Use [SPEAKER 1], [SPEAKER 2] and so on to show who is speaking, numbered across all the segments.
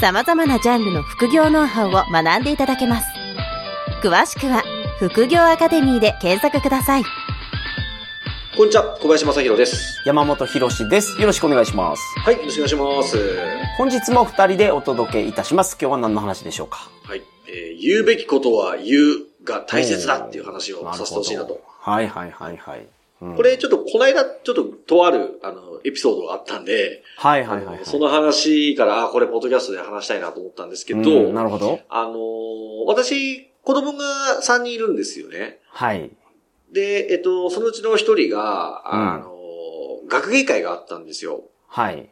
[SPEAKER 1] 様々なジャンルの副業ノウハウを学んでいただけます。詳しくは、副業アカデミーで検索ください。
[SPEAKER 2] こんにちは、小林正宏です。
[SPEAKER 3] 山本博史です。よろしくお願いします。
[SPEAKER 2] はい、よろしくお願いします。
[SPEAKER 3] 本日も二人でお届けいたします。今日は何の話でしょうか
[SPEAKER 2] はい、えー言うべきことは言うが大切だっていう話をさせてほしいなと。。
[SPEAKER 3] はいはいはいはい。うん
[SPEAKER 2] こ、れちょっとこの間、ちょっととある、あの、エピソードがあったんで、
[SPEAKER 3] はいはいはい、は
[SPEAKER 2] あ
[SPEAKER 3] い。
[SPEAKER 2] のその話から、あこれポッドキャストで話したいなと思ったんですけど、
[SPEAKER 3] うんなるほど。
[SPEAKER 2] あのー私、子供が3人いるんですよね。
[SPEAKER 3] はい。
[SPEAKER 2] で、えっと、そのうちの1人が、
[SPEAKER 3] うん
[SPEAKER 2] あのー学芸会があったんですよ。
[SPEAKER 3] はい。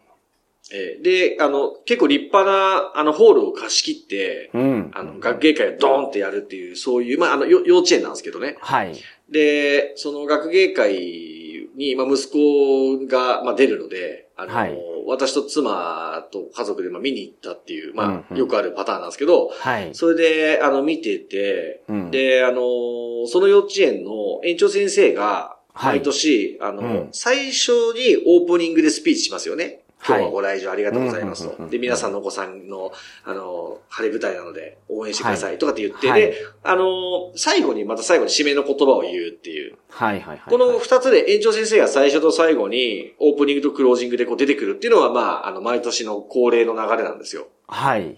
[SPEAKER 2] えーで、あの、結構立派な、あの、ホールを貸し切って、
[SPEAKER 3] うん。
[SPEAKER 2] あの、学芸会をドーンってやるっていう、そういう、まあ、あの、よ幼稚園なんですけどね。
[SPEAKER 3] はい。
[SPEAKER 2] で、その学芸会に、まあ、息子が、まあ、出るので、あの、
[SPEAKER 3] はい
[SPEAKER 2] 私と妻と家族で、まあ、見に行ったっていう、まあ、
[SPEAKER 3] うんうん
[SPEAKER 2] よくあるパターンなんですけど、
[SPEAKER 3] はい。
[SPEAKER 2] それで、あの、見てて、
[SPEAKER 3] うん、
[SPEAKER 2] で、あの、その幼稚園の園長先生が、
[SPEAKER 3] はい
[SPEAKER 2] 毎年、あの、
[SPEAKER 3] うん
[SPEAKER 2] 最初にオープニングでスピーチしますよね。今
[SPEAKER 3] はい
[SPEAKER 2] 日はご来場ありがとうございます
[SPEAKER 3] うんうんうんう
[SPEAKER 2] と。
[SPEAKER 3] ん
[SPEAKER 2] で、皆さんのお子さんの、あの、晴れ舞台なので応援してくださ
[SPEAKER 3] はい
[SPEAKER 2] とかって言って、
[SPEAKER 3] はい
[SPEAKER 2] で、あの、最後に、また最後に締めの言葉を言うっていう。
[SPEAKER 3] はいはいはい。
[SPEAKER 2] この二つで園長先生が最初と最後にオープニングとクロージングでこう出てくるっていうのは、まあ、あの、毎年の恒例の流れなんですよ。
[SPEAKER 3] はい。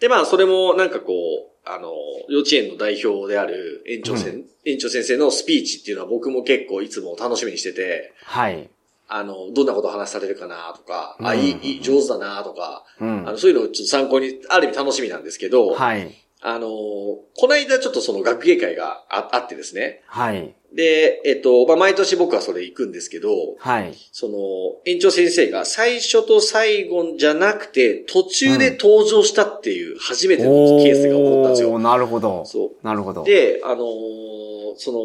[SPEAKER 2] で、まあ、それもなんかこう、あの、幼稚園の代表である園長先、園長先生のスピーチっていうのは僕も結構いつも楽しみにしてて、
[SPEAKER 3] はい。
[SPEAKER 2] あの、どんなことを話されるかなとか、あ、
[SPEAKER 3] うん
[SPEAKER 2] いい、いい、上手だなとか、
[SPEAKER 3] うん。
[SPEAKER 2] あの、そういうのをちょっと参考に、ある意味楽しみなんですけど、
[SPEAKER 3] はい。
[SPEAKER 2] あの、この間ちょっとその学芸会がああってですね、
[SPEAKER 3] はい。
[SPEAKER 2] で、えっと、まあ、毎年僕はそれ行くんですけど、
[SPEAKER 3] はい。
[SPEAKER 2] その、園長先生が最初と最後じゃなくて、途中で登場したっていう初めてのケースが起こったんですよ。
[SPEAKER 3] おーなるほど。
[SPEAKER 2] そ
[SPEAKER 3] なるほ
[SPEAKER 2] う。
[SPEAKER 3] ど。
[SPEAKER 2] で、あのーその、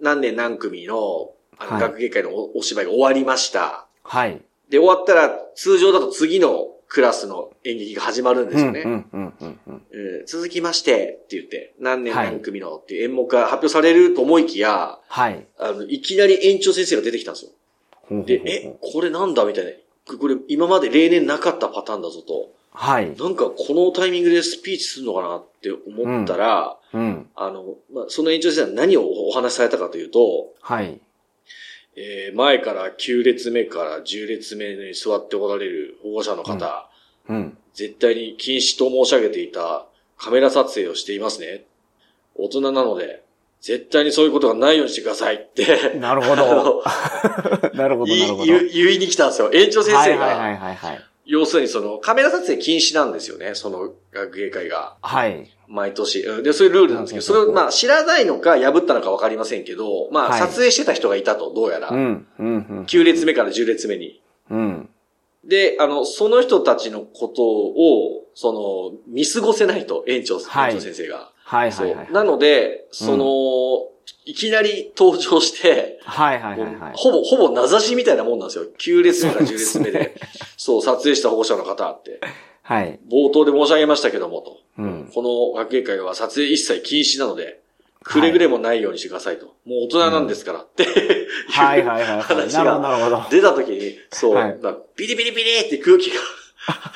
[SPEAKER 2] 何年何組の、あの、
[SPEAKER 3] はい
[SPEAKER 2] 学芸会のおお芝居が終わりました。
[SPEAKER 3] はい。
[SPEAKER 2] で、終わったら、通常だと次のクラスの演劇が始まるんですよね。
[SPEAKER 3] うんうんうんうんう
[SPEAKER 2] う
[SPEAKER 3] ん。
[SPEAKER 2] ん続きまして、って言って、何年
[SPEAKER 3] はい
[SPEAKER 2] 何組のっていう演目が発表されると思いきや、
[SPEAKER 3] はい。
[SPEAKER 2] あの、いきなり園長先生が出てきたんですよ。
[SPEAKER 3] ほうほうほうほう
[SPEAKER 2] で、え、これなんだみたいな。ここれ今まで例年なかったパターンだぞと。
[SPEAKER 3] はい。
[SPEAKER 2] なんかこのタイミングでスピーチするのかなって思ったら、
[SPEAKER 3] うん。
[SPEAKER 2] あの、まあ、その延長先生は何をお話しされたかというと、
[SPEAKER 3] はい。
[SPEAKER 2] えー前から9列目から10列目に座っておられる保護者の方、
[SPEAKER 3] うん。
[SPEAKER 2] 絶対に禁止と申し上げていたカメラ撮影をしていますね。大人なので、絶対にそういうことがないようにしてくださいって、
[SPEAKER 3] なるほ
[SPEAKER 2] あ
[SPEAKER 3] ど。
[SPEAKER 2] の
[SPEAKER 3] なるほど、なる
[SPEAKER 2] 言
[SPEAKER 3] ほど。
[SPEAKER 2] い言い言いに来たんですよ。園長先生が。
[SPEAKER 3] はいはいはいはい、
[SPEAKER 2] 要するにそのカメラ撮影禁止なんですよね、その学芸会が。
[SPEAKER 3] はい。はい。
[SPEAKER 2] 毎年。うんで、そういうルールなんですけど、それをまあ知らないのか破ったのかわかりませんけど、まあ
[SPEAKER 3] はい
[SPEAKER 2] 撮影してた人がいたと、どうやら。
[SPEAKER 3] うん、うん、うん。
[SPEAKER 2] 9列目から10列目に。
[SPEAKER 3] うん。
[SPEAKER 2] で、あの、その人たちのことを、その、見過ごせないと、園長、
[SPEAKER 3] はい
[SPEAKER 2] 園長先生が。
[SPEAKER 3] はい
[SPEAKER 2] そ
[SPEAKER 3] は
[SPEAKER 2] う
[SPEAKER 3] いはい。
[SPEAKER 2] なので、その、いきなり登場して、
[SPEAKER 3] はいはいはいはい。
[SPEAKER 2] ほぼ、ほぼ名指しみたいなもんなんですよ。9列目から10列 目で、そう、撮影した保護者の方って。
[SPEAKER 3] はい。
[SPEAKER 2] 冒頭で申し上げましたけども、と。
[SPEAKER 3] うん。
[SPEAKER 2] この学芸会は撮影一切禁止なので、くれぐれもないようにしてくださいと。もう大人なんですからって、
[SPEAKER 3] はいはい はいはい。
[SPEAKER 2] 話
[SPEAKER 3] なるほど、
[SPEAKER 2] が
[SPEAKER 3] なるほど。
[SPEAKER 2] 出た時に、そう、
[SPEAKER 3] はい
[SPEAKER 2] まあビリビリビリって空 気が、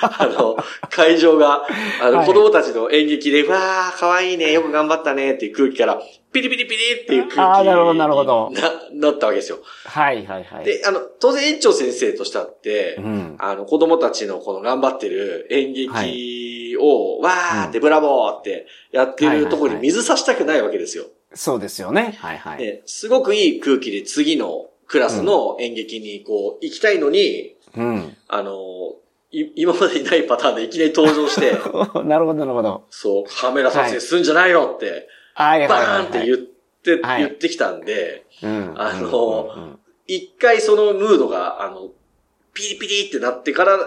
[SPEAKER 2] あの、会場が、あの、
[SPEAKER 3] はい
[SPEAKER 2] 子供たちの演劇で、わー、かわいいね、よく頑張ったねっていう空気から、ピリピリピリっていう空気
[SPEAKER 3] あーなるほどなるほど
[SPEAKER 2] な、なったわけですよ。
[SPEAKER 3] はいはいはい。
[SPEAKER 2] で、あの、当然園長先生としたって、
[SPEAKER 3] うん。
[SPEAKER 2] あの、子供たちのこの頑張ってる演劇を、わーってブラボーってやって
[SPEAKER 3] はいはい
[SPEAKER 2] る
[SPEAKER 3] はい
[SPEAKER 2] ところに水差したくないわけですよ。
[SPEAKER 3] そうですよね。はいはい。
[SPEAKER 2] ですごくいい空気で次のクラスの演劇にこう行きたいのに、
[SPEAKER 3] うん。
[SPEAKER 2] あの、い今までにないパターンでいきなり登場 して、
[SPEAKER 3] なるほど、なるほど。
[SPEAKER 2] そう、カメラ撮影すんじゃないよって、
[SPEAKER 3] はいはい
[SPEAKER 2] バ
[SPEAKER 3] は
[SPEAKER 2] ーン
[SPEAKER 3] い。
[SPEAKER 2] って言って、
[SPEAKER 3] はい
[SPEAKER 2] 言ってきたんで、
[SPEAKER 3] うん。
[SPEAKER 2] あの
[SPEAKER 3] うんうん
[SPEAKER 2] 一回そのムードが、あの、ピリピリってなってからっ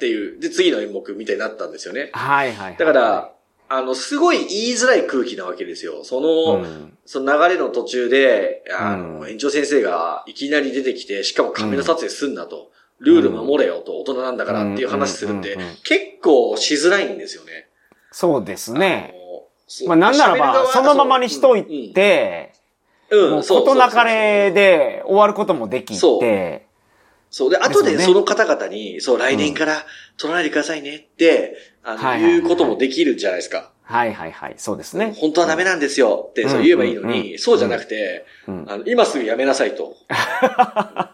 [SPEAKER 2] ていう、で、次の演目みたいになったんですよね。
[SPEAKER 3] はいはいはい。
[SPEAKER 2] だから、あの、すごい言いづらい空気なわけですよ。その、
[SPEAKER 3] ん。
[SPEAKER 2] その流れの途中で、あ
[SPEAKER 3] う
[SPEAKER 2] の、
[SPEAKER 3] ん
[SPEAKER 2] 園長先生がいきなり出てきて、しかもカメラ撮影すんなと、ルール守れよと、大人なんだからっていう話するんで
[SPEAKER 3] うんうんうんうん、
[SPEAKER 2] 結構しづらいんですよね。
[SPEAKER 3] そうですね。
[SPEAKER 2] そう
[SPEAKER 3] まあなんなら
[SPEAKER 2] 喋る側
[SPEAKER 3] ば、
[SPEAKER 2] が
[SPEAKER 3] そのままにしとい、て、
[SPEAKER 2] うんうん、
[SPEAKER 3] も
[SPEAKER 2] う
[SPEAKER 3] うん
[SPEAKER 2] そう
[SPEAKER 3] ことなか
[SPEAKER 2] そうそう
[SPEAKER 3] れで終わることもでき
[SPEAKER 2] そ
[SPEAKER 3] て、
[SPEAKER 2] そう。で、後で
[SPEAKER 3] ですよね
[SPEAKER 2] その方々に、そう、来年から取らないでくださいねって、あの、
[SPEAKER 3] はいはいはい
[SPEAKER 2] 言うこともできるじゃないですか。
[SPEAKER 3] はいはいはい、そうですね。
[SPEAKER 2] 本当はダメなんですよって、
[SPEAKER 3] うん
[SPEAKER 2] そう言えばいいのに、
[SPEAKER 3] うん
[SPEAKER 2] そうじゃなくて、
[SPEAKER 3] うん。
[SPEAKER 2] あの、今すぐやめなさいと。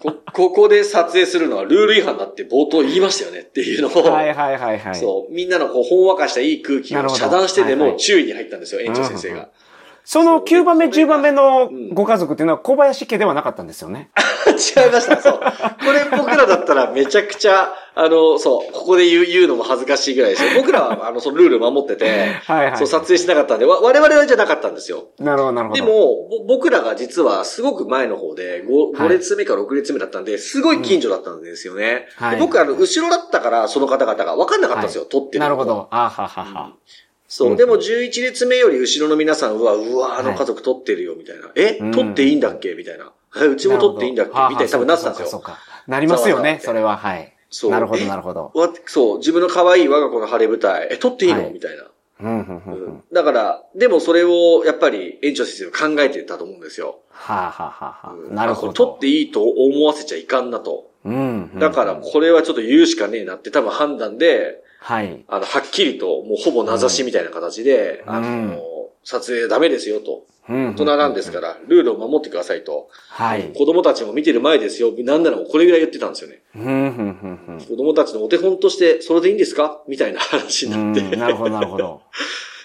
[SPEAKER 2] こ、ここで撮影するのはルール違反だって冒頭言いましたよねっていうのを、
[SPEAKER 3] はいはいはいはい。
[SPEAKER 2] そう、みんなのこう、ほんわかしたいい空気
[SPEAKER 3] な
[SPEAKER 2] を
[SPEAKER 3] るほど
[SPEAKER 2] 遮断してで
[SPEAKER 3] はい
[SPEAKER 2] も
[SPEAKER 3] はい
[SPEAKER 2] 注意に入ったんですよ、園長先生が。
[SPEAKER 3] その9番目、
[SPEAKER 2] それ
[SPEAKER 3] 10番目の
[SPEAKER 2] うん
[SPEAKER 3] ご家族っていうのは小林家ではなかったんですよね。
[SPEAKER 2] 違いました、そう。これ僕らだったらめちゃくちゃ、あの、そう、ここで言う言うのも恥ずかしいぐらいですよ。僕らは、あの、そのルール守ってて、
[SPEAKER 3] はいはい。
[SPEAKER 2] そう、撮影しなかったんで、わ我々はじゃなかったんですよ。
[SPEAKER 3] なるほどなるほ
[SPEAKER 2] で
[SPEAKER 3] ど。
[SPEAKER 2] も、ぼ僕らが実はすごく前の方で5、
[SPEAKER 3] は
[SPEAKER 2] 5
[SPEAKER 3] い
[SPEAKER 2] 列目か6列目だったんで、すごい近所だったんですよね。
[SPEAKER 3] はい
[SPEAKER 2] で僕、あの、後ろだったから、その方々が分かんなかったんですよ、撮ってるの
[SPEAKER 3] なるほど。あはは
[SPEAKER 2] うん
[SPEAKER 3] は。
[SPEAKER 2] そうう。
[SPEAKER 3] ん
[SPEAKER 2] でも11列目より後ろの皆さんは、うわ、あの家族撮ってるよ、みたいな。え
[SPEAKER 3] うん
[SPEAKER 2] 撮っていいんだっけみたいな。えうちも撮っていいんだっけ
[SPEAKER 3] なる
[SPEAKER 2] み
[SPEAKER 3] ほ
[SPEAKER 2] たい
[SPEAKER 3] ど
[SPEAKER 2] な、多分なってたんです
[SPEAKER 3] そう
[SPEAKER 2] よ。
[SPEAKER 3] かそうかそうかなりますよね、
[SPEAKER 2] ざ
[SPEAKER 3] そ
[SPEAKER 2] わざ
[SPEAKER 3] れは。はい。
[SPEAKER 2] そう
[SPEAKER 3] なるほど
[SPEAKER 2] え
[SPEAKER 3] なるほど。
[SPEAKER 2] わそう、自分の可愛い我が子の晴れ舞台、え、撮っていいの、
[SPEAKER 3] はい
[SPEAKER 2] みたいな。
[SPEAKER 3] うんうんうん
[SPEAKER 2] う
[SPEAKER 3] うん
[SPEAKER 2] ん。だから、でもそれを、やっぱり、園長先生は考えてたと思うんですよ。
[SPEAKER 3] はあはあはあは
[SPEAKER 2] う
[SPEAKER 3] あ。
[SPEAKER 2] ん
[SPEAKER 3] なるほど。
[SPEAKER 2] あこれ撮っていいと思わせちゃいかんなと。
[SPEAKER 3] うんうん。
[SPEAKER 2] だから、これはちょっと言うしかねえなって多分判断で、
[SPEAKER 3] はい。
[SPEAKER 2] あの、はっきりと、もうほぼ名指しみたいな形で、
[SPEAKER 3] うん
[SPEAKER 2] あの、撮影ダメですよと。大
[SPEAKER 3] 大
[SPEAKER 2] 人なんですか。ら、ルールを守ってくださいと。
[SPEAKER 3] はい。
[SPEAKER 2] 子供たちも見てる前ですよ。なんならもうこれぐらい言ってたんですよね。
[SPEAKER 3] うんうんうん
[SPEAKER 2] 子供たちのお手本として、それでいいんですかみたいな話
[SPEAKER 3] う
[SPEAKER 2] に
[SPEAKER 3] ん
[SPEAKER 2] なって。
[SPEAKER 3] うん。なるほどなるほど。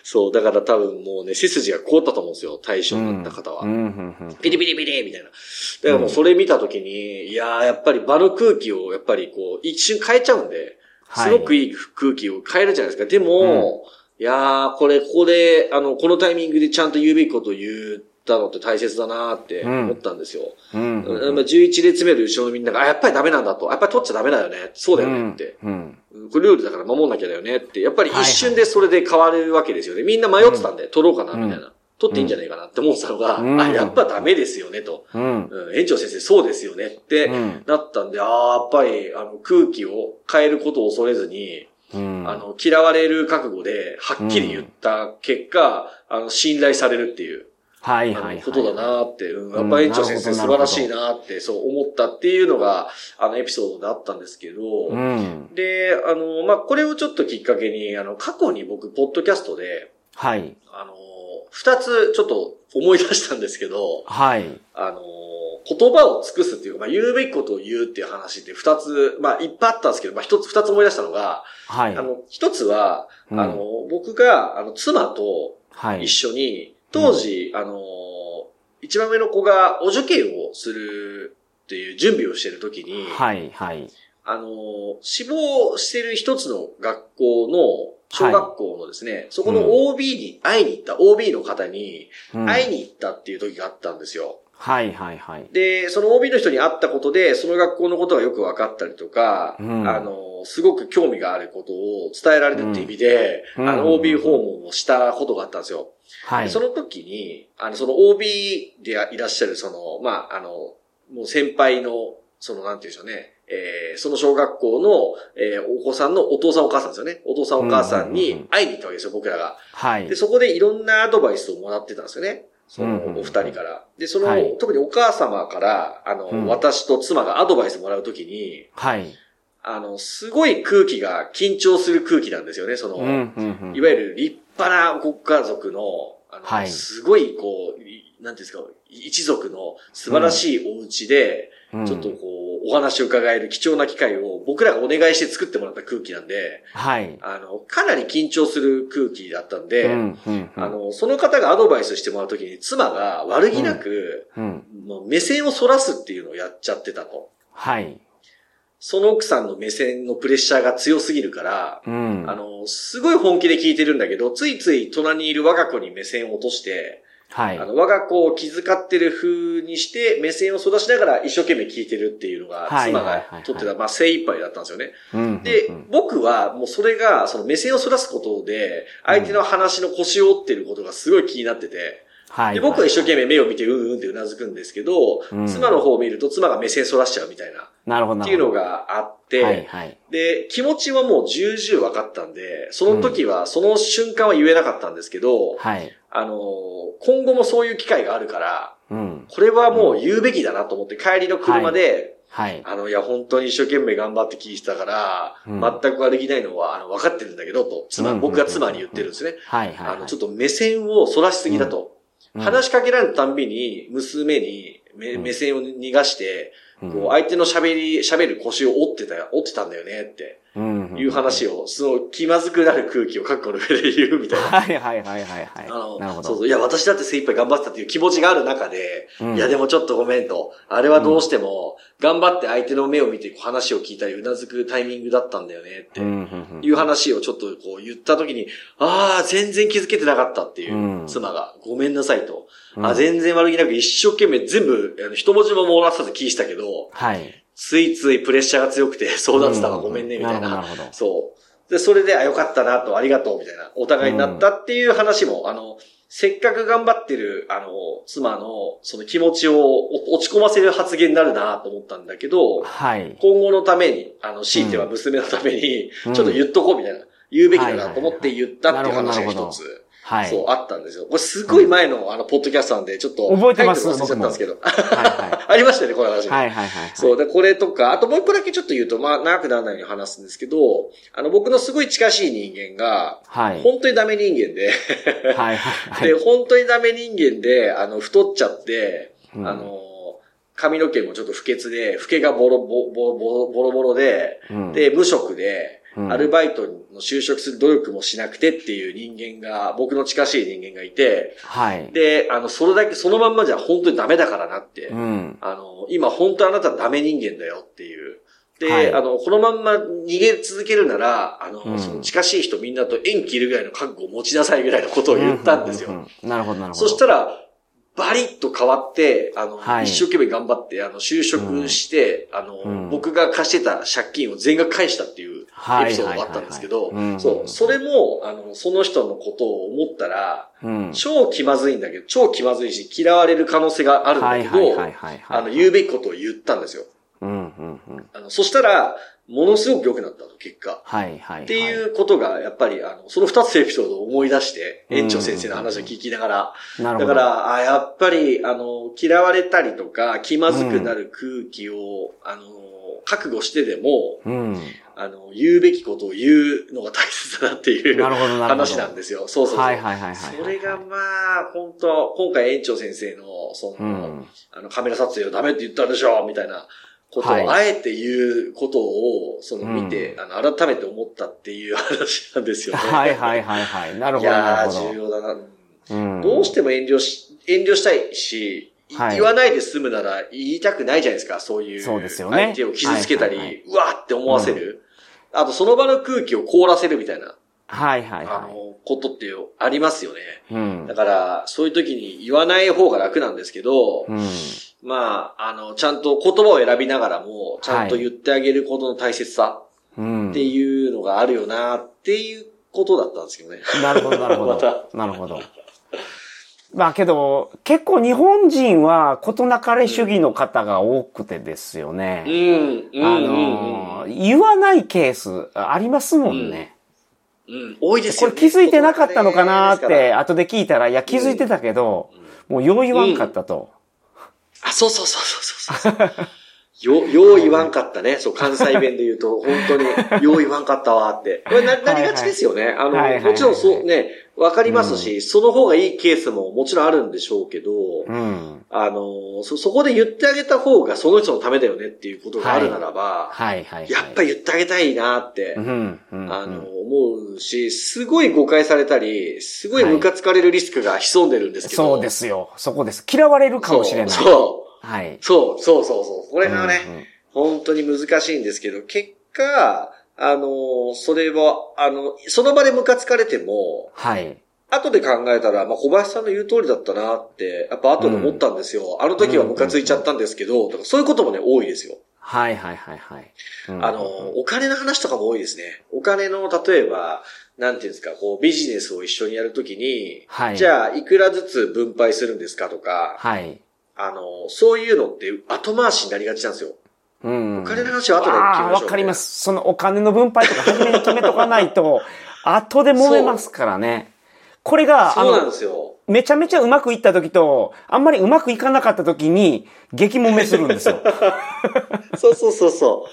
[SPEAKER 2] そう、だから多分もうね、背筋が凍ったと思うんですよ。対象になった方は。
[SPEAKER 3] うんうんうんうん。
[SPEAKER 2] ピリピリピリみたいな。だからもうそれ見たときに、いやー、やっぱり場の空気をやっぱりこう、一瞬変えちゃうんで、
[SPEAKER 3] はい
[SPEAKER 2] すごくいい空気を変えるじゃないですか。でも、いやー、これ、ここで、あの、このタイミングでちゃんと言うべきことを言ったのって大切だなーって思ったんですよ。
[SPEAKER 3] うんうんうん
[SPEAKER 2] まあ11列目の後ろのみんなが、あ、やっぱりダメなんだと。やっぱり取っちゃダメだよね。そうだよねって。
[SPEAKER 3] うんうん。
[SPEAKER 2] これルールだから守んなきゃだよねって。やっぱり一瞬でそれで変わるわけですよね。みんな迷ってたんで、取ろうかな、みたいな。取っていいんじゃないかなって思ってたのが、
[SPEAKER 3] うん
[SPEAKER 2] あ、やっぱダメですよねと。
[SPEAKER 3] うん。
[SPEAKER 2] うん、園長先生そうですよねって
[SPEAKER 3] うん
[SPEAKER 2] なったんで、ああ、やっぱりあの空気を変えることを恐れずに、
[SPEAKER 3] うん。
[SPEAKER 2] あの、嫌われる覚悟ではっきり言った結果、あの、信頼されるっていう、
[SPEAKER 3] はい
[SPEAKER 2] あの
[SPEAKER 3] はいはい。
[SPEAKER 2] ことだなって、うん、
[SPEAKER 3] ん
[SPEAKER 2] やっぱ園長先生
[SPEAKER 3] なる
[SPEAKER 2] 素晴ら
[SPEAKER 3] ほどなるほど
[SPEAKER 2] しいなって、そう思ったっていうのが、あの、エピソードであったんですけど、
[SPEAKER 3] うん。
[SPEAKER 2] で、あの、まあ、これをちょっときっかけに、あの、過去に僕、ポッドキャストで、
[SPEAKER 3] はい。
[SPEAKER 2] あの、二つちょっと思い出したんですけど、
[SPEAKER 3] はい。
[SPEAKER 2] あのー言葉を尽くすっていうか、まあ、言うべきことを言うっていう話って二つ、まあ、いっぱいあったんですけど、まあ、一つ、二つ思い出したのが、
[SPEAKER 3] はい。
[SPEAKER 2] あの、一つは、
[SPEAKER 3] うん
[SPEAKER 2] あのー、僕が、あの、妻と
[SPEAKER 3] はい
[SPEAKER 2] 一。緒に、当時、あのー、一番上の子がお受験をするっていう準備をしてるときに、
[SPEAKER 3] はいはい。
[SPEAKER 2] あのー、志望してる一つの学校の、小学校のですね、そこの OB に、会いに行った、OB の方に、
[SPEAKER 3] うん
[SPEAKER 2] 会いに行ったっていう時があったんですよ。
[SPEAKER 3] はいはいはい。
[SPEAKER 2] で、その OB の人に会ったことで、その学校のことがよく分かったりとか、
[SPEAKER 3] うん
[SPEAKER 2] あの、すごく興味があることを伝えられたっていう意味で、
[SPEAKER 3] うん
[SPEAKER 2] あ
[SPEAKER 3] うん
[SPEAKER 2] の、OB 訪問をしたことがあったんですよ。
[SPEAKER 3] はい。
[SPEAKER 2] その時に、あの、その OB でいらっしゃる、その、まあ、あの、もう先輩の、その、なんていうんでしょうね、えーその小学校の、えーお子さんのお父さんお母さんですよね。お父さんお母さん
[SPEAKER 3] うんうんうんう
[SPEAKER 2] に
[SPEAKER 3] ん
[SPEAKER 2] 会いに行ったわけですよ、僕らが。
[SPEAKER 3] はい
[SPEAKER 2] で、。そこでいろんなアドバイスをもらってたんですよね。そ
[SPEAKER 3] うんうんうん
[SPEAKER 2] の、お二人から。で、その、
[SPEAKER 3] はい
[SPEAKER 2] 特にお母様から、あの、
[SPEAKER 3] うん
[SPEAKER 2] 私と妻がアドバイスもらうときに、
[SPEAKER 3] はい。
[SPEAKER 2] あの、すごい空気が、緊張する空気なんですよね。その、
[SPEAKER 3] うんうんうん。
[SPEAKER 2] いわゆ
[SPEAKER 3] る。
[SPEAKER 2] る立派なご家族の、あの、
[SPEAKER 3] はい
[SPEAKER 2] すごい、こう、いなんていうんですか、一族の素晴らしいお家で、ちょっとこう、お話を伺える貴重な機会を僕らがお願いして作ってもらった空気なんで、
[SPEAKER 3] はい。
[SPEAKER 2] あの、かなり緊張する空気だったんで、
[SPEAKER 3] うんうんうん
[SPEAKER 2] あ、の、その方がアドバイスしてもらうときに、妻が悪気なく、
[SPEAKER 3] うん。
[SPEAKER 2] もう目線を反らすっていうのをやっちゃってたと。
[SPEAKER 3] はい。
[SPEAKER 2] その奥さんの目線のプレッシャーが強すぎるから、
[SPEAKER 3] うん。
[SPEAKER 2] あの、すごい本気で聞いてるんだけど、ついつい隣にいる我が子に目線を落として、
[SPEAKER 3] はい
[SPEAKER 2] あ。の、我が子を気遣ってる風にして、目線を育ちながら一生懸命聞いてるっていうのが、
[SPEAKER 3] はい
[SPEAKER 2] 妻
[SPEAKER 3] はいはいは
[SPEAKER 2] が
[SPEAKER 3] い
[SPEAKER 2] とってた、まあ、精一杯だったんですよね。
[SPEAKER 3] うん
[SPEAKER 2] で
[SPEAKER 3] うん、
[SPEAKER 2] 僕はもうそれが、その目線をそらすことで、相手の話の腰を折ってることがすごい気になってて、
[SPEAKER 3] はい。
[SPEAKER 2] で、僕は一生懸
[SPEAKER 3] 命。
[SPEAKER 2] 命目を見て、うんうんってうなずくんですけど
[SPEAKER 3] うん、
[SPEAKER 2] 妻の方を見ると妻が目線そらしちゃうみたいな、
[SPEAKER 3] なるほ
[SPEAKER 2] っ
[SPEAKER 3] ど、な
[SPEAKER 2] ていう
[SPEAKER 3] るほ
[SPEAKER 2] の
[SPEAKER 3] ど。
[SPEAKER 2] があっ
[SPEAKER 3] はい、
[SPEAKER 2] て、
[SPEAKER 3] はい。
[SPEAKER 2] で、気持ちはもう重々分かったんで、その時は、その瞬間は言えなかったんですけど、
[SPEAKER 3] はい。
[SPEAKER 2] あのー、今後もそういう機会があるから、
[SPEAKER 3] うん。
[SPEAKER 2] これはもう言うべきだなと思って、帰りの車で、
[SPEAKER 3] はい。
[SPEAKER 2] あの、いや、本当に一生懸命頑張って聞いてたから、
[SPEAKER 3] うん
[SPEAKER 2] 全く悪気ないのは、あの、分かってるんだけど、と、妻、
[SPEAKER 3] うん
[SPEAKER 2] 僕が妻に言ってるんですね。
[SPEAKER 3] はい、はい。
[SPEAKER 2] あの、ちょっと目線を反らしすぎだと。話しかけられるたんびに、娘に目、
[SPEAKER 3] うん
[SPEAKER 2] 目線を逃がして、
[SPEAKER 3] うん、
[SPEAKER 2] こう、相手の喋り、喋る腰を折ってた、折ってたんだよね、って
[SPEAKER 3] うん、
[SPEAKER 2] いう話を、その気まずくなる空気を覚悟の上で言うみたいな。
[SPEAKER 3] はいはいはいはいはい。
[SPEAKER 2] あの、
[SPEAKER 3] なるほど。
[SPEAKER 2] そうそう。いや、私だって精一杯頑張ってたっていう気持ちがある中で、
[SPEAKER 3] うん
[SPEAKER 2] いや、でもちょっとごめんと。あれはどうしても、頑張って相手の目を見てこう話を聞いたり、うなずくタイミングだったんだよねって
[SPEAKER 3] うんうんうん
[SPEAKER 2] いう話をちょっとこう言った時に、ああ、全然気づけてなかったっていうう、
[SPEAKER 3] ん
[SPEAKER 2] 妻が、ごめんなさいと。
[SPEAKER 3] う
[SPEAKER 2] あ
[SPEAKER 3] ん
[SPEAKER 2] 全然悪気なく一生懸命全部、あの一文字も漏らさず聞いてたけど、
[SPEAKER 3] はい。
[SPEAKER 2] ついついプレッシャーが強くて、 そうだってたわ、ごめんね、みたい
[SPEAKER 3] な
[SPEAKER 2] な
[SPEAKER 3] る。ほど、なる
[SPEAKER 2] そう。で、それで、あ、よかったなと、ありがとう、みたいな、お互いになったっていう話も、あの、せっかく頑張ってる、あの、妻の、その気持ちをお落ち込ませる発言になるなと思ったんだけど
[SPEAKER 3] ほど。、はい。
[SPEAKER 2] 今後のために、あの、強いては娘のために、ち
[SPEAKER 3] う
[SPEAKER 2] ょ
[SPEAKER 3] ん
[SPEAKER 2] っと言っとこう、みたいな、言うべきだ
[SPEAKER 3] はいはい
[SPEAKER 2] な
[SPEAKER 3] はい
[SPEAKER 2] と思って言ったっていう話
[SPEAKER 3] な
[SPEAKER 2] が
[SPEAKER 3] るほど
[SPEAKER 2] 一つ、
[SPEAKER 3] はい。
[SPEAKER 2] そう、あったんですよ。これ、すごい前の、あの、ポッドキャストなんで、ちょっと、
[SPEAKER 3] 覚えてます
[SPEAKER 2] タイトル忘れちゃったんですけど、
[SPEAKER 3] は
[SPEAKER 2] ありましたよね、この話
[SPEAKER 3] い
[SPEAKER 2] も。
[SPEAKER 3] はい。はいはいはい。
[SPEAKER 2] そう、で、これとか、あともう一個だけちょっと言うと、まあ、長くならないように話すんですけど、あの、僕のすごい近しい人間が、
[SPEAKER 3] はい。
[SPEAKER 2] 本当にダメ人間で、
[SPEAKER 3] はいはいはい。
[SPEAKER 2] で、本当にダメ人間で、あの、太っちゃって、
[SPEAKER 3] うん
[SPEAKER 2] あの、髪の毛もちょっと不潔で、老けがボロボボボボロボロで、
[SPEAKER 3] うん
[SPEAKER 2] で、無職で、
[SPEAKER 3] うん
[SPEAKER 2] アルバイトの就職する努力もしなくてっていう人間が、僕の近しい人間がいて、
[SPEAKER 3] はい。
[SPEAKER 2] で、あの、それだけ、そのまんまじゃ本当にダメだからなって、
[SPEAKER 3] うん。
[SPEAKER 2] あの、今本当あなたダメ人間だよっていう。で、
[SPEAKER 3] はい
[SPEAKER 2] あの、このまんま逃げ続けるなら、あの、
[SPEAKER 3] うん
[SPEAKER 2] その近しい人みんなと縁切るぐらいの覚悟を持ちなさいぐらいのことを言ったんですよ。
[SPEAKER 3] ううううんなるほど、なるほど。
[SPEAKER 2] そしたら、バリッと変わって、あの、
[SPEAKER 3] はい
[SPEAKER 2] 一生懸命頑張って、あの、就職して、あの、
[SPEAKER 3] うん
[SPEAKER 2] 僕が貸してた借金を全額返したっていう
[SPEAKER 3] は
[SPEAKER 2] エ
[SPEAKER 3] い
[SPEAKER 2] ピソードがあったんですけ
[SPEAKER 3] はいはいはいは
[SPEAKER 2] ど、
[SPEAKER 3] い
[SPEAKER 2] そうう、
[SPEAKER 3] ん
[SPEAKER 2] それも、あの、その人のことを思ったら、
[SPEAKER 3] うん、
[SPEAKER 2] 超気まずいんだけど、超気まずいし、嫌われる可能性があるんだけど、
[SPEAKER 3] はいはいはいはいはい。
[SPEAKER 2] あの、言うべきことを言ったんですよ。
[SPEAKER 3] うん、うん、うん。
[SPEAKER 2] あの、そしたら、ものすごく良くなったと、結果。
[SPEAKER 3] はい、はい。。
[SPEAKER 2] っていううことが、やっぱり、あの、その二つエピソードを思い出して、
[SPEAKER 3] うん
[SPEAKER 2] 園長先生の話を聞きながら、
[SPEAKER 3] なる
[SPEAKER 2] だ
[SPEAKER 3] ほど。
[SPEAKER 2] から、あやっぱり、あの、嫌われたりとか、気まずくなる空気を、あの、覚悟してでも、
[SPEAKER 3] うん。
[SPEAKER 2] あの、言うべきことを言うのが大切だなっていう
[SPEAKER 3] なるほど、なるほど。
[SPEAKER 2] 話なんですよ。そうそうそう。
[SPEAKER 3] はい、はい、はい。はい
[SPEAKER 2] それが、まあ、本当今回園長先生の、そうの、
[SPEAKER 3] ん。
[SPEAKER 2] あの、カメラ撮影をダメって言ったでしょみたいなことを、
[SPEAKER 3] はい
[SPEAKER 2] あえて言うことを、その見て、
[SPEAKER 3] う
[SPEAKER 2] あの、改めて思ったっていう話なんですよね。
[SPEAKER 3] はい、はい、はい、はい。なる
[SPEAKER 2] い
[SPEAKER 3] ほど、な
[SPEAKER 2] や
[SPEAKER 3] る
[SPEAKER 2] ー、
[SPEAKER 3] ほ
[SPEAKER 2] 重要だな。
[SPEAKER 3] ど。うん
[SPEAKER 2] どうしても遠慮し、遠慮したいし、い
[SPEAKER 3] はい
[SPEAKER 2] 言わないで済むなら言いたくないじゃないですか、そういう。
[SPEAKER 3] そうですよね
[SPEAKER 2] 相手を傷つけたり、
[SPEAKER 3] はいはいは
[SPEAKER 2] うわーって思わせる。あと、その場の空気を凍らせるみたいな、
[SPEAKER 3] はい、はい、
[SPEAKER 2] あ
[SPEAKER 3] は
[SPEAKER 2] の、ことってありますよね。
[SPEAKER 3] い。うん
[SPEAKER 2] だ。から、そういう時に言わない方が楽なんですけど、
[SPEAKER 3] うん。
[SPEAKER 2] まあ、あの、ちゃんと言葉を選びながらも、ちゃんと言ってあげることの大切さ
[SPEAKER 3] うん。
[SPEAKER 2] っていうのがあるよな、っていうことだったんですけどね。
[SPEAKER 3] なるほど、なるほ
[SPEAKER 2] ま
[SPEAKER 3] ど。なるほど。まあけど、結構日本人は事なかれ主義の方が多くてですよ
[SPEAKER 2] う
[SPEAKER 3] ね。
[SPEAKER 2] ん、うん、
[SPEAKER 3] あ
[SPEAKER 2] うん
[SPEAKER 3] の、言わないケースありますもんね。
[SPEAKER 2] うん。多いです
[SPEAKER 3] こ
[SPEAKER 2] よ
[SPEAKER 3] れ
[SPEAKER 2] ね。
[SPEAKER 3] 気づいてなかったのかなっ
[SPEAKER 2] 子供がね
[SPEAKER 3] て、後で聞いたら、いや気づいてたけど、もうよう言わんかったと。
[SPEAKER 2] あ、そうそうそうそうそうそうそう。よ、よう言わんかったね。そう、関西弁で言うと、 本当に、よう言わんかったわって。これな、なりがちですよね。あの、
[SPEAKER 3] はいはい
[SPEAKER 2] もちろんそうね、わかりますし、その方がいいケースももちろんあるんでしょうけど、
[SPEAKER 3] うん。
[SPEAKER 2] あの、そ、そこで言ってあげた方がその人のためだよねっていうことがあるならば、
[SPEAKER 3] はいはいはい。
[SPEAKER 2] やっぱ
[SPEAKER 3] り。
[SPEAKER 2] 言ってあげたいなって、
[SPEAKER 3] うん。うん
[SPEAKER 2] あの、、思うし、すごい誤解されたり、すごいムカつかれるリスクが潜んでるんですけど。
[SPEAKER 3] そうですよ。そこです。嫌われるかもしれない。
[SPEAKER 2] そうそ
[SPEAKER 3] はい。
[SPEAKER 2] う。そう、そうそうそう。これがね、
[SPEAKER 3] うんうん
[SPEAKER 2] 本当に難しいんですけど、結果、あの、それは、あの、その場でムカつかれても、
[SPEAKER 3] はい。
[SPEAKER 2] 後で考えたら、まあ、小林さんの言う通りだったなって、やっぱ後で思ったんですよ。あの時はムカついちゃったんですけど、とかそういうこともね、多いですよ。
[SPEAKER 3] はいはいはいはい。うん
[SPEAKER 2] あの、お金の話とかも多いですね。お金の、例えば、なんていうんですか、こう、ビジネスを一緒にやるときに、
[SPEAKER 3] はい。
[SPEAKER 2] じ
[SPEAKER 3] あ。
[SPEAKER 2] ゃあ、いくらずつ分配するんですかとか、
[SPEAKER 3] はい。
[SPEAKER 2] あの、そういうのって後回しになりがちなんですよ。
[SPEAKER 3] うん。
[SPEAKER 2] お金の話は後で決めましょう
[SPEAKER 3] ああ、わかりま。す。そのお金の分配とか初めに決めとかない と、後で揉めますからね。これが、あ
[SPEAKER 2] そうなん
[SPEAKER 3] の
[SPEAKER 2] で、すよ。
[SPEAKER 3] めちゃめちゃうまくいった時と、あんまりうまくいかなかった時に、激揉めするんです よ。
[SPEAKER 2] そうそうそうそ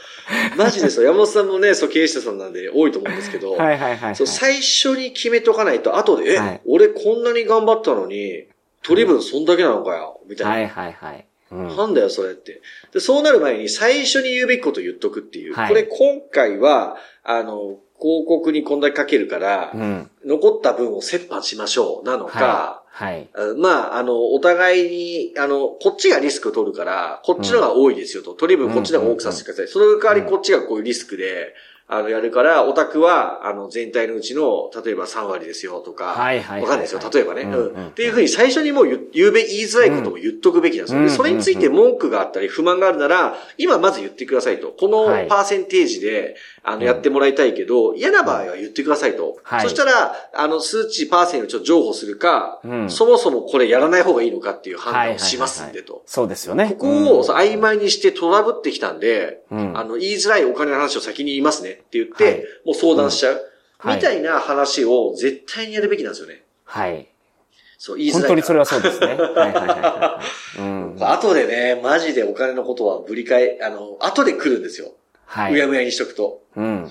[SPEAKER 2] う。マジでそう。山本さんもね、そう、経営者さんなんで多いと思うんですけど、
[SPEAKER 3] はいはいはい。
[SPEAKER 2] そう、最初に決めとかないと、後で、え、
[SPEAKER 3] はい
[SPEAKER 2] 俺こんなに頑張ったのに、取り分そんだけなのかよ、みたいな。
[SPEAKER 3] はいはいはい。うん
[SPEAKER 2] なんだよ、それって。で、そうなる前に最初に言うべきことを言っとくっていう。
[SPEAKER 3] はい
[SPEAKER 2] これ今回は、あの、広告にこんだけかけるから、
[SPEAKER 3] うん。
[SPEAKER 2] 残った分を折半しましょう、なのか
[SPEAKER 3] は、い。はい。
[SPEAKER 2] あまあ、あの、お互いに、あの、こっちがリスク取るから、こっちのが多いですよと。取り分こっちのが多くさせてください。その代わりこっちがこういうリスクで、あの、やるから、オタクは、あの、全体のうちの、例えば3割ですよとか、
[SPEAKER 3] はいはいはいはい
[SPEAKER 2] わかんないですよ。例えばね。
[SPEAKER 3] う
[SPEAKER 2] うんん、
[SPEAKER 3] うん
[SPEAKER 2] っていうふうに最初にもう言う言うべ、言いづらいことも言っとくべきなんですよ。
[SPEAKER 3] うん
[SPEAKER 2] でそれについて文句があったり、不満があるなら、今まず言ってくださいと。この
[SPEAKER 3] はい
[SPEAKER 2] パーセンテージで、あ
[SPEAKER 3] うん
[SPEAKER 2] の、やってもらいたいけど、嫌な場合は言ってくださいと。
[SPEAKER 3] はい
[SPEAKER 2] そしたら、あの、数値、パーセンをちょっと譲歩するか、
[SPEAKER 3] うん
[SPEAKER 2] そもそもこれやらない方がいいのかっていう判断をしますんでと。
[SPEAKER 3] そうですよね。
[SPEAKER 2] ここを
[SPEAKER 3] うん
[SPEAKER 2] そう曖昧にしてトラブってきたんで、
[SPEAKER 3] うん
[SPEAKER 2] あの、言いづらいお金の話を先に言いますねって言って、
[SPEAKER 3] はい
[SPEAKER 2] もう相談しちゃう、
[SPEAKER 3] はい
[SPEAKER 2] みたいな話を絶対にやるべきなんですよね。
[SPEAKER 3] はい。
[SPEAKER 2] そう、言いづらいか
[SPEAKER 3] 本
[SPEAKER 2] ら。
[SPEAKER 3] 当にそれはそうですね。はいはいはいは い。うん。
[SPEAKER 2] 後でね、マジでお金のことはぶり返、あの、後で来るんですよ。う
[SPEAKER 3] は
[SPEAKER 2] や
[SPEAKER 3] い。
[SPEAKER 2] むやにしとくと。
[SPEAKER 3] うん。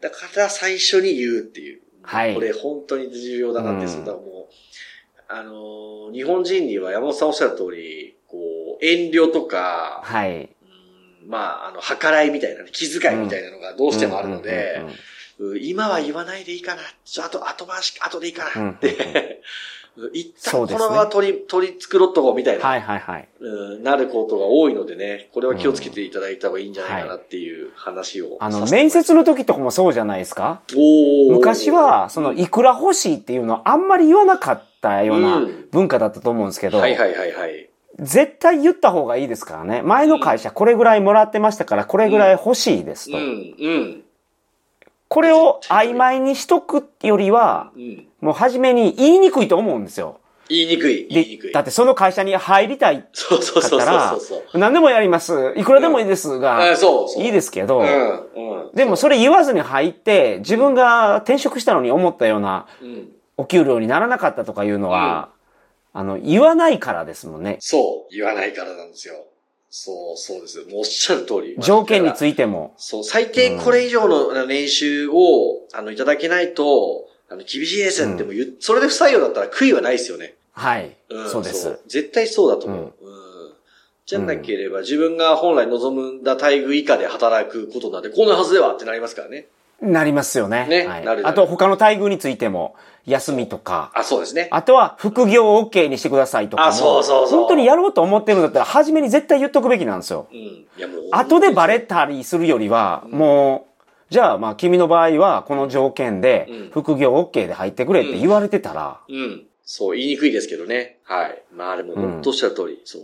[SPEAKER 2] だから最初に言うっていう。
[SPEAKER 3] はい
[SPEAKER 2] これ本当に重要だなって、
[SPEAKER 3] うん
[SPEAKER 2] そうだからもう、あのー、日本人には山本さんおっしゃる通り、こう、遠慮とか、
[SPEAKER 3] はい。
[SPEAKER 2] うんまあ、あの、計らいみたいなね、気遣いみたいなのがどうしてもあるの
[SPEAKER 3] う
[SPEAKER 2] で
[SPEAKER 3] んうん、
[SPEAKER 2] うん今は言わないでいいかな。ちょっと後回し、後でいいか
[SPEAKER 3] うんうんう
[SPEAKER 2] な。
[SPEAKER 3] ん
[SPEAKER 2] って、うん一
[SPEAKER 3] そう
[SPEAKER 2] 旦
[SPEAKER 3] で
[SPEAKER 2] こ
[SPEAKER 3] す
[SPEAKER 2] の
[SPEAKER 3] ね
[SPEAKER 2] まま取り、取り繕っとこうみたいな、
[SPEAKER 3] はいはいはい。
[SPEAKER 2] うんなることが多いのでね、これは気をつけていただいた方がいいんじゃないかなっていう話を
[SPEAKER 3] あの、
[SPEAKER 2] させても
[SPEAKER 3] 面
[SPEAKER 2] らいます。
[SPEAKER 3] 接の時とかもそうじゃないですか
[SPEAKER 2] おー
[SPEAKER 3] 昔は、その、いくら欲しいっていうのはあんまり言わなかったような
[SPEAKER 2] うん
[SPEAKER 3] 文化だったと思うんですけど、
[SPEAKER 2] はいはいはいはい。
[SPEAKER 3] 絶対言った方がいいですからね。前の会社これぐらいもらってましたから、これぐらい欲しいです
[SPEAKER 2] う
[SPEAKER 3] と。
[SPEAKER 2] ん、うん、
[SPEAKER 3] これを曖昧にしとくよりは、
[SPEAKER 2] うん。
[SPEAKER 3] もう初めに言いにくいと思うんですよ。
[SPEAKER 2] 言いにくい、言いにく
[SPEAKER 3] で、
[SPEAKER 2] い
[SPEAKER 3] だ。ってその会社に入りたい
[SPEAKER 2] そうそうそうそうそう。
[SPEAKER 3] 何でもやります。いくらでもいいです
[SPEAKER 2] あ
[SPEAKER 3] が、
[SPEAKER 2] そうそう。
[SPEAKER 3] いいですけど
[SPEAKER 2] う、ん、うん。
[SPEAKER 3] でもそれ言わずに入って、自分が転職したのに思ったような
[SPEAKER 2] うん、
[SPEAKER 3] お給料にならなかったとかいうのは、あの、言わないからですもんね。
[SPEAKER 2] そう、言わないからなんですよ。そう、そうですよ。もうおっしゃる通り。
[SPEAKER 3] 条件につ
[SPEAKER 2] いて。
[SPEAKER 3] いても。
[SPEAKER 2] そう、最低これ以上のあの年収を、あの、いただけないと、あの、厳しいですっても言う、それで不採用だったら悔いはないですよね。
[SPEAKER 3] はい。
[SPEAKER 2] うん、
[SPEAKER 3] そうです。。
[SPEAKER 2] 絶対そうだと思う。うん。じゃなければ、自分が本来望んだ待遇以下で働くことなんて、こんなはずではってなりますからね。
[SPEAKER 3] なりますよね。
[SPEAKER 2] ね
[SPEAKER 3] はい
[SPEAKER 2] なるなる
[SPEAKER 3] あと他の待遇についても、休みとか、
[SPEAKER 2] あ、そうですね。
[SPEAKER 3] あとは副業を OK にしてくださいとかも。
[SPEAKER 2] あそうそうそう
[SPEAKER 3] 本当にやろうと思ってるんだったら、初めに絶対言っとくべきなんですよ。
[SPEAKER 2] うん。いや、もう。
[SPEAKER 3] 後でバレたりするよりは、もう、じゃあまあ君の場合はこの条件で
[SPEAKER 2] うん
[SPEAKER 3] 副業 OK で入ってくれって言われてたら、
[SPEAKER 2] うん。そう、言いにくいですけどね。はい。まあでも、
[SPEAKER 3] うん
[SPEAKER 2] 本当おっしゃる通り、そう。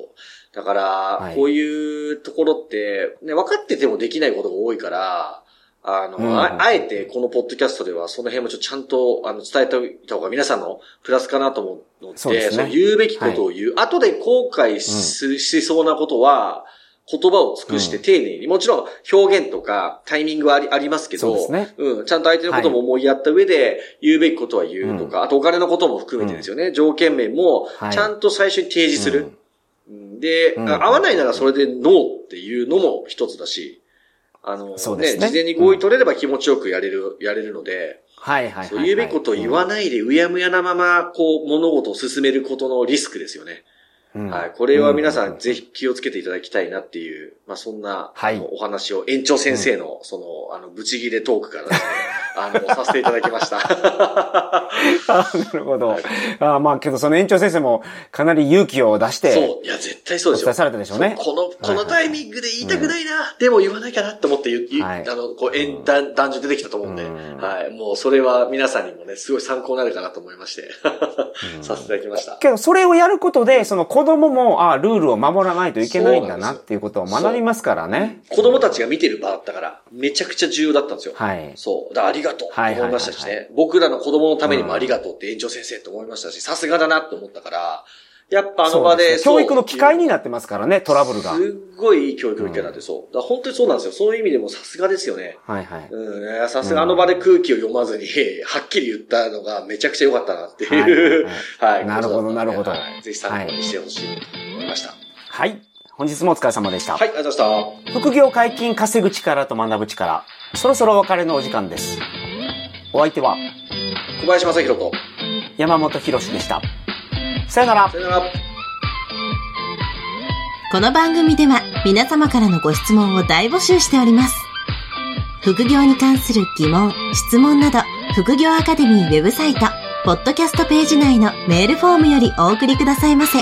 [SPEAKER 2] だか
[SPEAKER 3] は
[SPEAKER 2] ら
[SPEAKER 3] い、
[SPEAKER 2] こういうところって、ね、分かっててもできないことが多いから、あの、
[SPEAKER 3] うん
[SPEAKER 2] ああえてこのポッドキャストではその辺もちょっとちゃんとあの伝えておいた方が皆さんのプラスかなと思うので、
[SPEAKER 3] そうですね
[SPEAKER 2] の言うべきことを言う。後で後悔し,、しそうなことは、言葉を尽くして丁寧に、もちろん表現とかタイミングはありありますけど、
[SPEAKER 3] そうですね
[SPEAKER 2] うん、ちゃんと相手のことも思いやった上で、言うべきことは言うとか、あとお金のことも含めてですよね、条件面も
[SPEAKER 3] はい、
[SPEAKER 2] ちゃんと最初に提示する。うんで、
[SPEAKER 3] うん
[SPEAKER 2] あ合わないならそれでノーっていうのも一つだし、あの、
[SPEAKER 3] そうですね
[SPEAKER 2] 事前に合意取れれば気持ちよくやれる、やれるので、
[SPEAKER 3] はいはいはいはい、
[SPEAKER 2] そう言うべきことを言わないで、うやむやなまま、こう、物事を進めることのリスクですよね。
[SPEAKER 3] うん
[SPEAKER 2] はい。これは皆さ
[SPEAKER 3] うん
[SPEAKER 2] ぜひ気をつけていただきたいなっていう、まあ、そんな、
[SPEAKER 3] はい
[SPEAKER 2] あのお話を、園長先生の、その、あの、ブチギレトークからですね、あの、させていただきました。
[SPEAKER 3] あなるほど。ああまあけどその園長先生もかなり勇気を出して
[SPEAKER 2] そう。いや、絶対そ
[SPEAKER 3] お
[SPEAKER 2] うです
[SPEAKER 3] 伝
[SPEAKER 2] よ
[SPEAKER 3] え。されたでしょうね。
[SPEAKER 2] そうこの、こ
[SPEAKER 3] はいは
[SPEAKER 2] の
[SPEAKER 3] い
[SPEAKER 2] タイミングで言いたくないな、でも言わなきゃなって思って言う、言う
[SPEAKER 3] はい
[SPEAKER 2] あの、こう、え
[SPEAKER 3] うん
[SPEAKER 2] ん、だん男女出てきたと思うんで、
[SPEAKER 3] うん
[SPEAKER 2] はい。もうそれは皆さんにもね、すごい参考になるかなと思いまして、
[SPEAKER 3] う ん
[SPEAKER 2] させていただきました。
[SPEAKER 3] けどそれをやることで、その子供も、ああルールを守らないといけないんだなっていうことを学びますからね。
[SPEAKER 2] 子供たちが見てる場だったから、めちゃくちゃ重要だったんですよ。
[SPEAKER 3] はい。
[SPEAKER 2] そう。だからありがとうと
[SPEAKER 3] はいはいはい
[SPEAKER 2] 思いましたしね。僕らの子供のためにもありがとうって園長先生と思いましたし、さすがだなって思ったから、やっぱあの場
[SPEAKER 3] そう
[SPEAKER 2] で、
[SPEAKER 3] すね
[SPEAKER 2] そう
[SPEAKER 3] 教育の機会になってますからね、トラブルが。
[SPEAKER 2] すっごいいい教育の受け方で、そう。だから本当にそうなんですよ。そういう意味でもさすがですよね。
[SPEAKER 3] はいはい。
[SPEAKER 2] うんいや、さすがあの場で空気を読まずに、 はっきり言ったのがめちゃくちゃ良かったなっていう。
[SPEAKER 3] はいはい
[SPEAKER 2] はい。
[SPEAKER 3] なるほどなるほど
[SPEAKER 2] はいぜひ参考にしてほしいと思いました。はい、
[SPEAKER 3] はい。本日もお疲れ様でした。
[SPEAKER 2] ありがとうございました。
[SPEAKER 3] 副業解禁稼ぐ力と学ぶ力。そろそろお別れのお時間です。お相手は
[SPEAKER 2] 小林正宏と、
[SPEAKER 3] 山本博史でした。さよなら
[SPEAKER 2] さ。よなら。
[SPEAKER 1] この番組では皆様からのご質問を大募集しております。副業に関する疑問、質問など、副業アカデミーウェブサイト、ポッドキャストページ内のメールフォームよりお送りくださいませ。